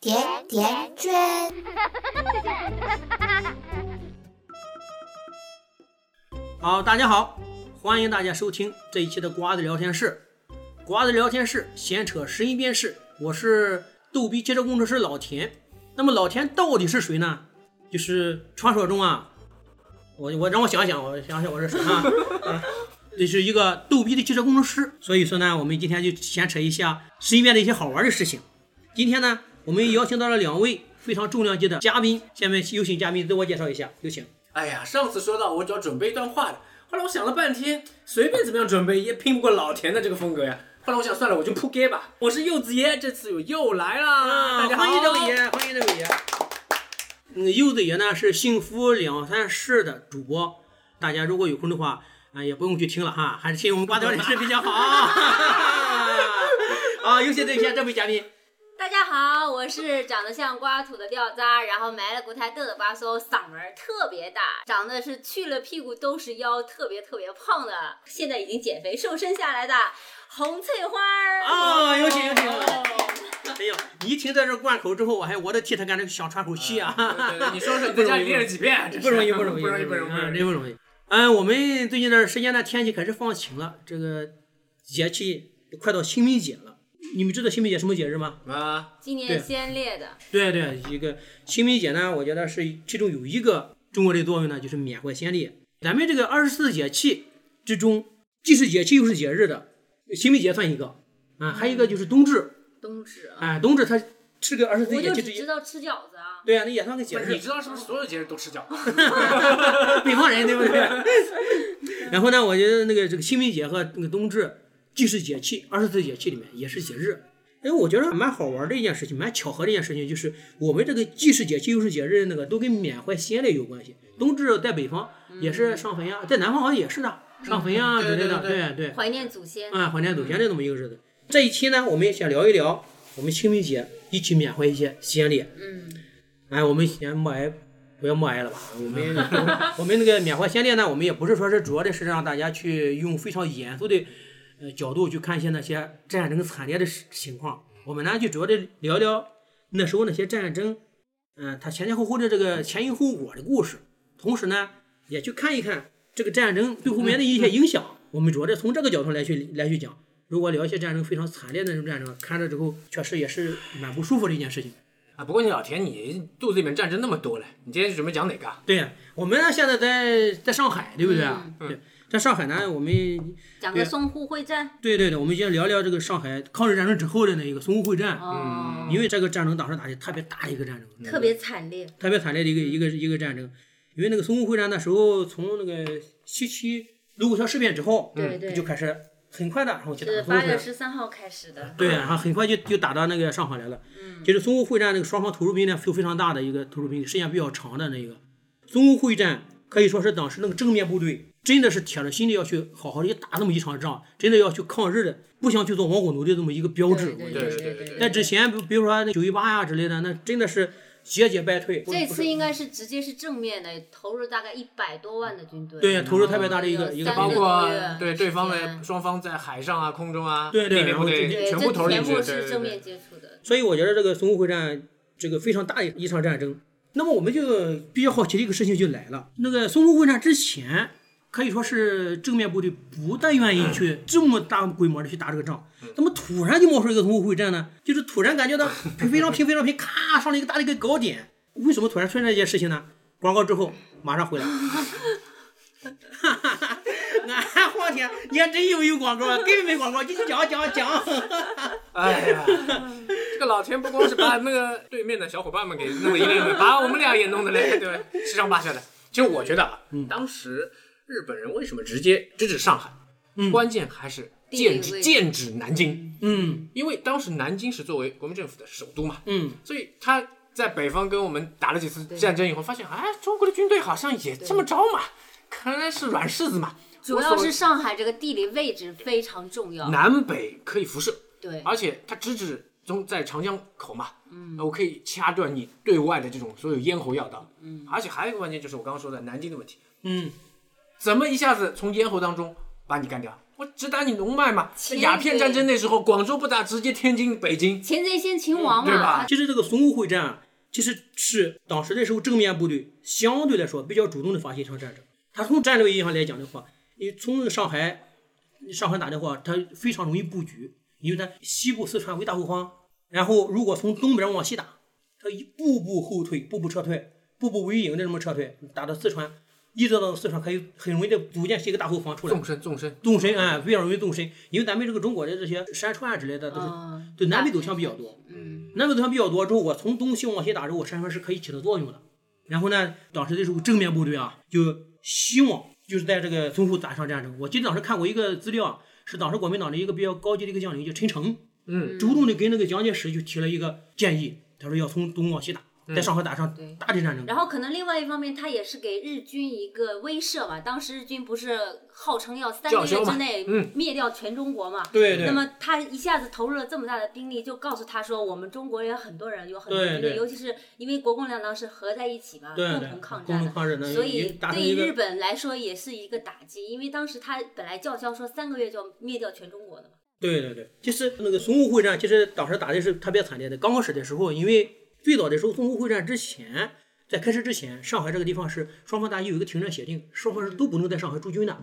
甜甜圈。好，大家好，欢迎大家收听这一期的瓜子聊天室。瓜子聊天室，闲扯十一便是。我是逗逼汽车工程师老田。那么老田到底是谁呢？就是传说中啊，我我让我想想，我想想我是谁啊？啊，这是一个逗逼的汽车工程师。所以说呢，我们今天就闲扯一下十一便的一些好玩的事情。今天呢，我们邀请到了两位非常重量级的嘉宾，下面有请嘉宾自我介绍一下，有请。哎呀，上次说到我只要准备一段话的，后来我想了半天，随便怎么样准备也拼不过老田的这个风格呀。后来我想，算了，我就扑街吧。我是柚子爷，这次我又来啊啦，大家好啊欢迎这位爷，欢迎这位爷。嗯，柚子爷呢是幸福两三室的主播，大家如果有空的话，啊、也不用去听了哈，还是听我们瓜子聊天室比较 好。啊，有请对下这位嘉宾。大家好，我是长得像瓜土的掉渣，然后埋了骨台豆的瓜馊，嗓门儿特别大，长得是去了屁股都是腰，特别特别胖的，现在已经减肥瘦身下来的红翠花儿。啊有请有 请哎呦，你一听在这贯口之后，我还我的替他感觉想喘口气啊。对对对你说说你在家里练了几遍？真是不容易，不容易，不容易，不容易，不嗯容易真不容易。嗯，我们最近段时间呢，天气开始放晴了，这个节气快到清明节了。你们知道清明节什么节日吗？啊！今对年先烈的，对对，一个清明节呢，我觉得是其中有一个中国的作用呢，就是缅怀先烈。咱们这个二十四节气之中，既是节气又是节日的，清明节算一个啊，还有一个就是冬至，冬至啊，啊，冬至它是个二十四我节就气只之知一，道吃饺子啊。对啊，那也算个不节是日你。知道是不是所有节日都吃饺子？ 北方人对不对？然后呢，我觉得那个这个清明节和那个冬至既是节气，二十四节气里面也是节日。哎，我觉得蛮好玩的一件事情，蛮巧合的一件事情，就是我们这个既是节气又是节日，那个都跟缅怀先烈有关系。冬至在北方也是上坟呀、在南方好像也是的，上坟呀、嗯之类的，对对对怀念祖先，啊，怀念祖先的这么一个日子。这一期呢，我们也想聊一聊我们清明节，一起缅怀一些先烈。嗯，哎，我们先默哀，不要默哀了吧？我们我们那个缅怀先烈呢，我们也不是说是主要的是让大家去用非常严肃的呃角度去看一些那些战争惨烈的事情况，我们呢就主要的聊聊那时候那些战争，嗯、它前前后后的这个前因后果的故事，同时呢也去看一看这个战争对后面的一些影响。我们主要的从这个角度来去来去讲。如果聊一些战争非常惨烈的那种战争，看了之后确实也是蛮不舒服的一件事情。 啊，不过你老田，你肚子里面战争那么多了，你今天是准备讲哪个啊？对呀，我们呢现在在在上海，对不对嗯啊？对，在上海呢，我们讲个淞沪会战。对对对，我们先聊聊这个上海抗日战争之后的那一个淞沪会战，哦，因为这个战争当时打的特别大的一个战争，特别惨烈。特别惨烈的一个一个一个战争，因为那个淞沪会战那时候从那个七七卢沟桥事变之后，对对就开始很快的，然后就打是淞沪八会月战。十三号开始的，对，然后很快就就打到那个上海来了。嗯，就是淞沪会战那个双方投入比量就非常大的一个投入比例，时间比较长的那个。淞沪会战可以说是当时那个正面部队真的是铁了心的要去好好的打这么一场仗，真的要去抗日的，不想去做亡国奴的这么一个标志。我觉得对对对对对在之前，比比如说九一八呀之类的，那真的是节节败退。这不次是应该是直接是正面的，投入大概一百多万的军队，对投入特别大的一个有一个三包个括多啊月对对方的时间双方在海上啊、空中啊、对对地面部队对，全这部投入进全去，部对是对正对面。接触的。所以我觉得这个淞沪会战这个非常大的一场战争。那么我们就比较好奇的一个事情就来了，那个淞沪会战之前，可以说是正面部队不但愿意去这么大规模的去打这个仗，怎么突然就冒出一个淞沪会战呢？就是突然感觉到非常平非常平，咔上了一个大的一个高点，为什么突然出现这件事情呢？广告之后马上回来。 俺黄天，你还真以为有广告啊？根本没广告，继续讲讲讲。哎呀，这个老田不光是把那个对面的小伙伴们给弄得一 愣愣，把我们俩也弄得嘞，对吧？七上八下的。其实我觉得啊，嗯当时日本人为什么直接直指上海，关键还是剑地指理位置剑指南京，嗯因为当时南京是作为国民政府的首都嘛，嗯，所以他在北方跟我们打了几次战争以后，发现哎，中国的军队好像也这么着嘛，看来是软柿子嘛。主我要所是上海这个地理位置非常重要，南北可以辐射，对，而且它直指中在长江口嘛，嗯，我可以掐断你对外的这种所有咽喉要道，嗯，而且还有一个关键就是我刚刚说的南京的问题，嗯，怎么一下子从咽喉当中把你干掉？我只打你龙脉嘛。秦鸦片战争那时候，广州不打，直接天津、北京。擒贼先嗯擒王嘛，对吧其实这个淞沪会战啊，其实啊是当时的时候正面部队相对来说比较主动的发起一场战争。他从战略意义上来讲的话，你从上海上海打的话，他非常容易布局，因为他西部四川为大后方，然后如果从东边往西打，他一步步后退，步步撤退，步步为营的这么撤退，打到四川，一直到四川可以很容易的组建起一个大后方出来。纵深，纵深，纵深哎，非常容易纵深，因为咱们这个中国的这些山川啊之类的都是啊嗯，对南北走向比较多。嗯，南北走向比较多之后，我从东西往西打之后，我山川是可以起到作用的。然后呢，当时的时候正面部队啊，就希望就是在这个淞沪打一场战争。我记得当时看过一个资料啊，是当时国民党的一个比较高级的一个将领，叫陈诚，嗯，主动的跟那个蒋介石就提了一个建议，他说要从东往西打，在上海打一场对大的战争。然后可能另外一方面，他也是给日军一个威慑嘛。当时日军不是号称要三个叫月嚣嘛之内嗯灭掉全中国嘛？对那么他一下子投入了这么大的兵力，就告诉他说，我们中国人很多人有很多对军对队，尤其是因为国共两党是合在一起嘛，对共对同，抗共战同的。抗日呢，所也以达成对一于个日本来说也是一个打击，因为当时他本来叫嚣说三个月就要灭掉全中国的嘛。对对对，其实那个淞沪会战，其实当时打的是特别惨烈的。刚开始的时候，因为最早的时候，淞沪会战之前，在开始之前，上海这个地方是双方大家有一个停战协定，双方是都不能在上海驻军的，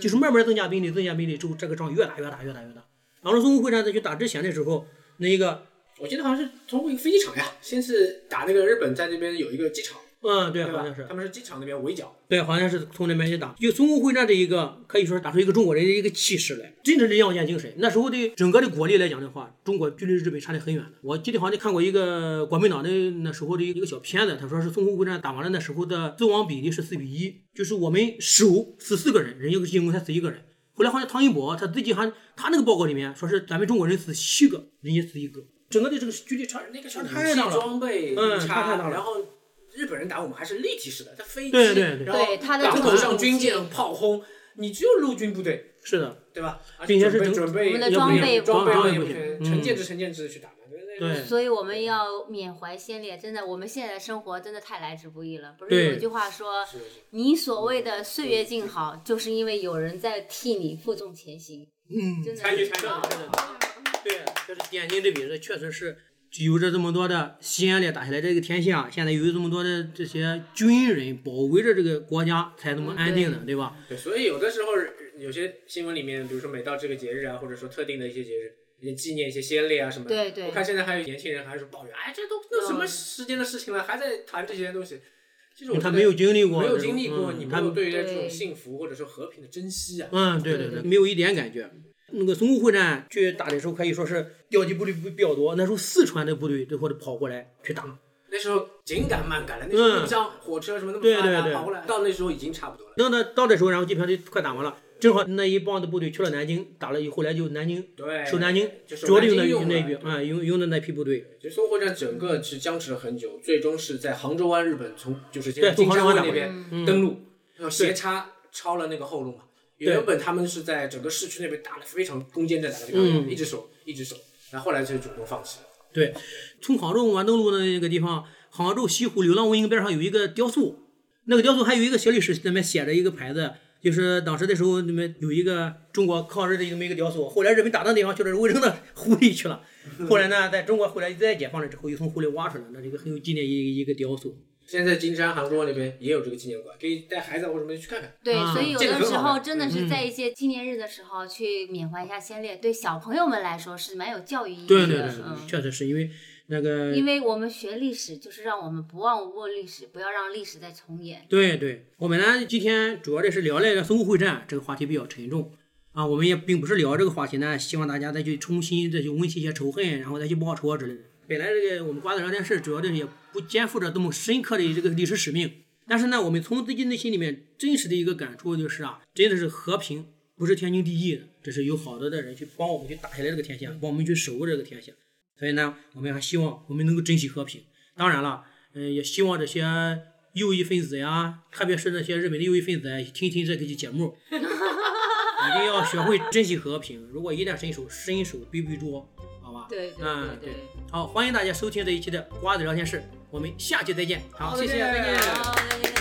就是慢慢增加兵力，增加兵力之后，这个仗越打越大，越打越大。然后淞沪会战在去打之前的时候，那个，我记得好像是通过一个飞机场呀，先是打那个日本在那边有一个机场，嗯，对，对好吧像是？，他们是机场那边围剿，对，好像是从那边去打。就淞沪会战这一个，可以说是打出一个中国人的一个气势来，真正的亮剑精神。那时候的整个的国力来讲的话，中国距离日本差得很远的。我记得好像看过一个国民党的那时候的一个小片子，他说是淞沪会战打完了，那时候的死亡比例是四比一，就是我们守死四个人，人家进攻才死一个人。后来好像汤一博他自己还他那个报告里面说是咱们中国人死七个，人家死一个，整个的这个距离差那个差嗯太大武器了。装备嗯差太差，大了然后日本人打我们还是立体式的，他飞机，对对对然后对他的打这头种上军武舰、器炮轰，你只有陆军部队，是的，对吧？而并且是准备整准备我们的也不一样装装备备装备也不不一样行，嗯成建制成建制去打的，对对所以我们要缅怀先烈，真的，我们现在的生活真的太来之不易了。不对是有一句话说，是是你所谓的岁月静好，就是因为有人在替你负重前行。嗯真的参与是参与这样对，这是天津这比这确实是有着这么多的西安烈打下来这个天下，现在有这么多的这些军人保卫着这个国家，才这么安定的，对吧？嗯对，所以有的时候有些新闻里面，比如说每到这个节日啊，或者说特定的一些节日，也纪念一些先烈啊什么的。对对嗯我看现在还有年轻人还是抱怨，哎，这都都什么时间的事情了，还在谈这些东西。其实我觉他得没有经历过没这种，有经历过，嗯你没他有对于这对种幸福或者说和平的珍惜啊。嗯，对对对对，没有一点感觉。那个淞沪会战去打的时候，可以说是调集部队比较多，那时候四川的部队最后就跑过来去打。那时候紧赶慢赶了，那时候嗯不像火车什么那么对发达，对对跑过来到那时候已经差不多了。等到到这时候，然后这片就快打完了，正好那一帮子部队去了南京，打了以后后来就南京对，守南京，哎就主要守的南用的京用那一了批，啊，用用的那批部队。就淞沪战整个是僵持了很久，最终是在杭州湾日本从就是对从金金杭州山湾湾打那回来嗯边登陆，然后斜插抄了那个后路嘛。对原本他们是在整个市区那边打的非常攻坚战，打的非常嗯一直守一直守，然后后来就主动放弃了。对，从杭州完登陆的那个地方，杭州西湖流浪文营边上有一个雕塑，那个雕塑还有一个小历史，那边写着一个牌子，就是当时的时候，那边有一个中国抗日的这么一个雕塑。后来日本打到地方去了，卫扔到 湖里去了。后来呢，在中国后来再解放了之后，又从湖里挖出来，那是一个很有纪念意义的一个雕塑。现在金山杭州湾那边也有这个纪念馆，可以带孩子啊或者什么去看看。对，嗯所以有这个的很时好候的嗯真的是在一些纪念日的时候去缅怀一下先烈，对小朋友们来说是蛮有教育意义对的。对对，嗯，确实是因为那个，因为我们学历史就是让我们不忘过历史，不要让历史再重演。对对，我们呢今天主要的是聊了一个淞沪会战这个话题比较沉重啊，我们也并不是聊这个话题呢，希望大家再去重新再去温习一些仇恨，然后再去报仇啊之类的。本来这个我们瓜子聊天室主要的是也不肩负着这么深刻的这个历史使命，但是呢，我们从自己内心里面真实的一个感触就是啊，真的是和平不是天经地义的，这是有好多的人去帮我们去打下来这个天下，帮我们去守护这个天下。所以呢，我们还希望我们能够珍惜和平。当然了，嗯、也希望这些右翼分子呀，特别是那些日本的右翼分子呀，听一听这个节目，一定要学会珍惜和平。如果一旦伸手，伸手必被捉，好吧？对对嗯对对。好，欢迎大家收听这一期的瓜子聊天室，我们下期再见。好，谢谢，再见。好，再见。